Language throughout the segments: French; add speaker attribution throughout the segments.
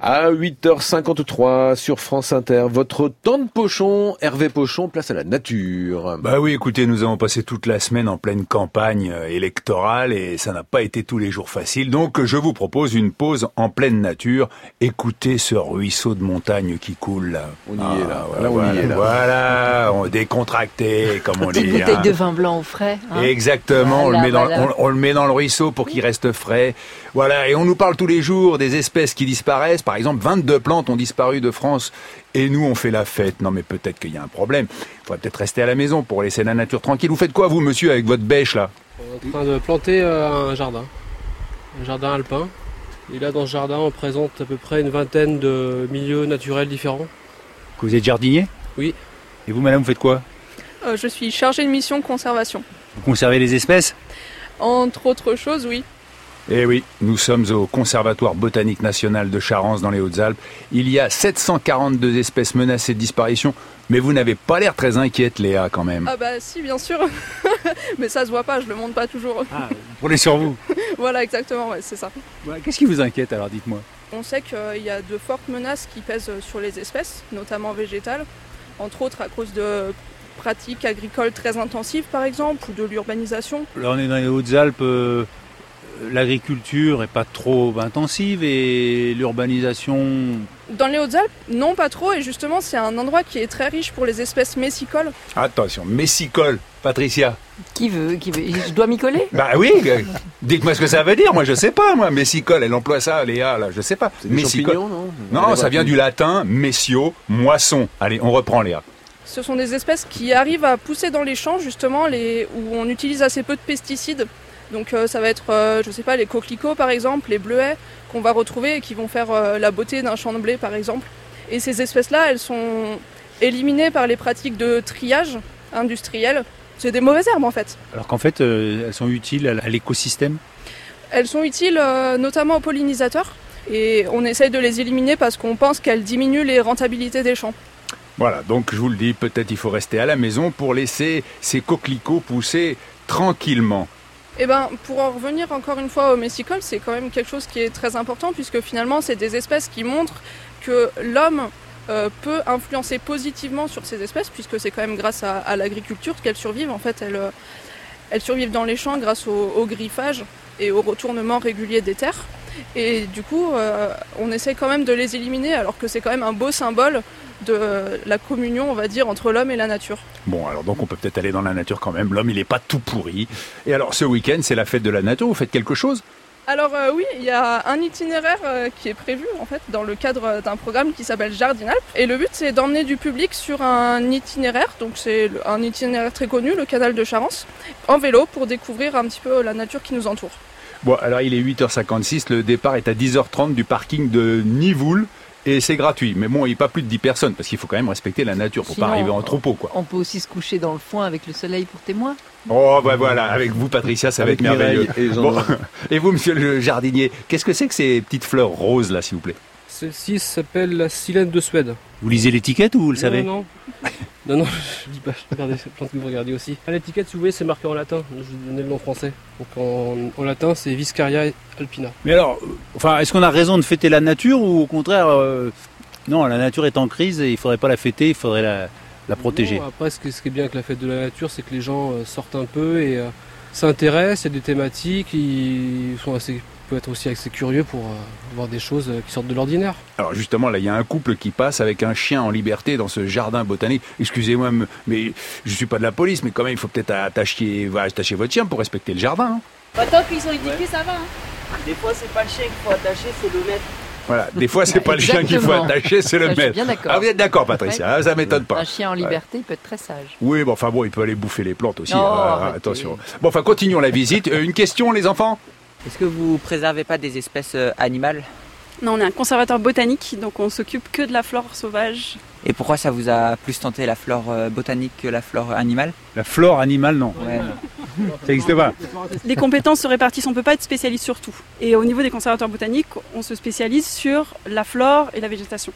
Speaker 1: À 8h53 sur France Inter, votre temps de pochon, Hervé Pochon, place à la nature.
Speaker 2: Bah oui, écoutez, nous avons passé toute la semaine en pleine campagne euh, électorale et ça n'a pas été tous les jours facile. Donc, euh, je vous propose une pause en pleine nature. Écoutez ce ruisseau de montagne qui coule là.
Speaker 1: On y
Speaker 2: Ah,
Speaker 1: est là,
Speaker 2: ouais,
Speaker 1: là, on
Speaker 2: voilà,
Speaker 1: y est là.
Speaker 2: Voilà, on décontracté, comme on dit.
Speaker 3: Petite bouteille
Speaker 2: hein.
Speaker 3: de vin blanc au frais. hein.
Speaker 2: Exactement, on,
Speaker 3: Voilà,
Speaker 2: le met dans,
Speaker 3: voilà.
Speaker 2: on- on le met dans le ruisseau pour qu'il reste frais. Voilà, et on nous parle tous les jours des espèces qui disparaissent. Par exemple, 22 plantes ont disparu de France et nous, on fait la fête. Non, mais peut-être qu'il y a un problème. Il faudrait peut-être rester à la maison pour laisser la nature tranquille. Vous faites quoi, vous, monsieur, avec votre bêche, là
Speaker 4: On est en train de planter euh, un jardin, un jardin alpin. Et là, dans ce jardin, on présente à peu près une vingtaine de milieux naturels différents.
Speaker 5: Que vous êtes jardinier
Speaker 4: Oui.
Speaker 5: Et vous, madame, vous faites quoi
Speaker 6: Euh, je suis chargée de mission conservation.
Speaker 5: Vous conservez les espèces
Speaker 6: Entre autres choses, oui.
Speaker 2: Eh oui, nous sommes au Conservatoire botanique national de Charence dans les Hautes-Alpes. Il y a 742 espèces menacées de disparition, mais vous n'avez pas l'air très inquiète, Léa, quand même.
Speaker 6: Ah bah si, bien sûr. Mais ça se voit pas, je le montre pas toujours.
Speaker 5: Pour les sur vous.
Speaker 6: voilà, exactement, ouais, c'est ça.
Speaker 5: Voilà, Qu'est-ce qui vous inquiète alors, dites-moi
Speaker 6: On sait qu'il euh, y a de fortes menaces qui pèsent sur les espèces, notamment végétales, entre autres à cause de pratiques agricoles très intensives par exemple, ou de l'urbanisation.
Speaker 5: Là, on est dans les Hautes-Alpes. euh, L'agriculture est pas trop intensive et l'urbanisation.
Speaker 6: Dans les Hautes-Alpes, non pas trop, et justement c'est un endroit qui est très riche pour les espèces messicoles.
Speaker 2: Attention, messicole, Patricia.
Speaker 3: Qui veut, qui veut. Je dois m'y coller
Speaker 2: Bah oui, euh, dites-moi ce que ça veut dire, moi je sais pas, moi, messicole, elle emploie ça, Léa, là, je sais pas.
Speaker 1: C'est des
Speaker 2: Messicole.
Speaker 1: champignons, non
Speaker 2: Non, ça vient du latin, messio, moisson. Allez, on reprend Léa.
Speaker 6: Ce sont des espèces qui arrivent à pousser dans les champs, justement, les... où on utilise assez peu de pesticides. Donc euh, ça va être, euh, je sais pas, les coquelicots par exemple, les bleuets qu'on va retrouver et qui vont faire euh, la beauté d'un champ de blé par exemple. Et ces espèces-là, elles sont éliminées par les pratiques de triage industriel. C'est des mauvaises herbes en fait.
Speaker 5: Alors qu'en fait, euh, elles sont utiles à l- à l'écosystème.
Speaker 6: Elles sont utiles euh, notamment aux pollinisateurs et on essaye de les éliminer parce qu'on pense qu'elles diminuent les rentabilités des champs.
Speaker 2: Voilà, donc je vous le dis, peut-être il faut rester à la maison pour laisser ces coquelicots pousser tranquillement.
Speaker 6: Eh ben, pour en revenir encore une fois au messicole, c'est quand même quelque chose qui est très important puisque finalement, c'est des espèces qui montrent que l'homme euh, peut influencer positivement sur ces espèces puisque c'est quand même grâce à, à l'agriculture qu'elles survivent. En fait, elles, euh, elles survivent dans les champs grâce au, au griffage et au retournement régulier des terres. Et du coup, euh, on essaie quand même de les éliminer alors que c'est quand même un beau symbole de euh, la communion, on va dire, entre l'homme et la nature.
Speaker 2: Bon, alors donc on peut peut-être aller dans la nature quand même, l'homme il n'est pas tout pourri. Et alors ce week-end, c'est la fête de la nature, vous faites quelque chose
Speaker 6: Alors euh, oui, il y a un itinéraire euh, qui est prévu en fait dans le cadre euh, d'un programme qui s'appelle Jardinalp. Et le but c'est d'emmener du public sur un itinéraire, donc c'est le- un itinéraire très connu, le canal de Charence, en vélo pour découvrir un petit peu la nature qui nous entoure.
Speaker 2: Bon, alors il est 8h56, le départ est à 10h30 du parking de Nivoul. Et c'est gratuit, mais bon, il n'y a pas plus de 10 personnes, parce qu'il faut quand même respecter la nature, pour
Speaker 3: Sinon,
Speaker 2: pas arriver en
Speaker 3: on-
Speaker 2: troupeau, quoi.
Speaker 3: On peut aussi se coucher dans le foin avec le soleil pour témoin.
Speaker 2: Oh, bah voilà, avec vous, Patricia, ça
Speaker 1: Avec
Speaker 2: va être merveilleux.
Speaker 1: Mireille et
Speaker 2: Bon,
Speaker 1: Jean-Noël.
Speaker 2: et vous, monsieur le jardinier, qu'est-ce que c'est que ces petites fleurs roses, là, s'il vous plaît
Speaker 4: Celle-ci s'appelle la silène de Suède.
Speaker 5: Vous lisez l'étiquette ou vous le savez
Speaker 4: Non, non, non, non, je dis pas, regardez, c'est plein que vous regardez aussi. À l'étiquette, si vous voyez, c'est marqué en latin. Je vous donnais le nom français. Donc en, en latin, c'est Viscaria alpina.
Speaker 5: Mais alors, euh, enfin, est-ce qu'on a raison de fêter la nature ou au contraire, euh, non, la nature est en crise et il faudrait pas la fêter, il faudrait la, la protéger.
Speaker 4: Non, après, ce qui, ce qui est bien avec la fête de la nature, c'est que les gens euh, sortent un peu et euh, s'intéressent. Il y a des thématiques, ils sont assez, peuvent être aussi assez curieux pour euh, voir des choses euh, qui sortent de l'ordinaire.
Speaker 2: Alors justement, là, il y a un couple qui passe avec un chien en liberté dans ce jardin botanique. Excusez-moi, me- mais je suis pas de la police, mais quand même, il faut peut-être attacher, va attacher votre chien pour respecter le jardin. hein.
Speaker 7: Bah, tant qu'ils sont éduqués, ça va. hein.
Speaker 8: Des fois, c'est pas le chien qu'il faut attacher, c'est le maître.
Speaker 2: Voilà, des fois, c'est pas le chien qu'il faut
Speaker 3: Exactement.
Speaker 2: attacher, c'est
Speaker 3: Ça,
Speaker 2: le
Speaker 3: je suis
Speaker 2: maître.
Speaker 3: bien d'accord.
Speaker 2: Ah, vous êtes d'accord, Patricia, hein, ça m'étonne pas.
Speaker 3: Un chien en liberté peut être très sage.
Speaker 2: Oui, bon, enfin bon, il peut aller bouffer les plantes aussi.
Speaker 3: Non,
Speaker 2: hein,
Speaker 3: arrêtez.
Speaker 2: attention. Bon, enfin, continuons la visite. Euh, une question, les enfants
Speaker 8: Est-ce que vous préservez pas des espèces euh, animales
Speaker 7: Non, on est un conservateur botanique, donc on s'occupe que de la flore sauvage.
Speaker 8: Et pourquoi ça vous a plus tenté la flore euh, botanique que la flore animale
Speaker 5: La flore animale, non,
Speaker 8: Ouais.
Speaker 5: ça n'existe pas.
Speaker 7: Les compétences se répartissent, on peut pas être spécialiste sur tout. Et au niveau des conservateurs botaniques, on se spécialise sur la flore et la végétation.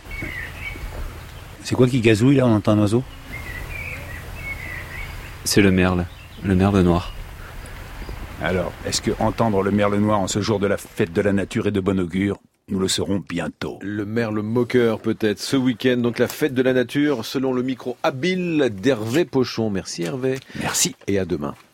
Speaker 5: C'est quoi qui gazouille là On entend un oiseau
Speaker 9: C'est le merle, le merle noir.
Speaker 2: Alors, est-ce que entendre le merle noir en ce jour de la fête de la nature est de bon augure Nous le serons bientôt.
Speaker 1: Le merle moqueur peut-être ce week-end, donc la fête de la nature selon le micro habile d'Hervé Pochon. Merci Hervé
Speaker 2: Merci.
Speaker 1: et à demain.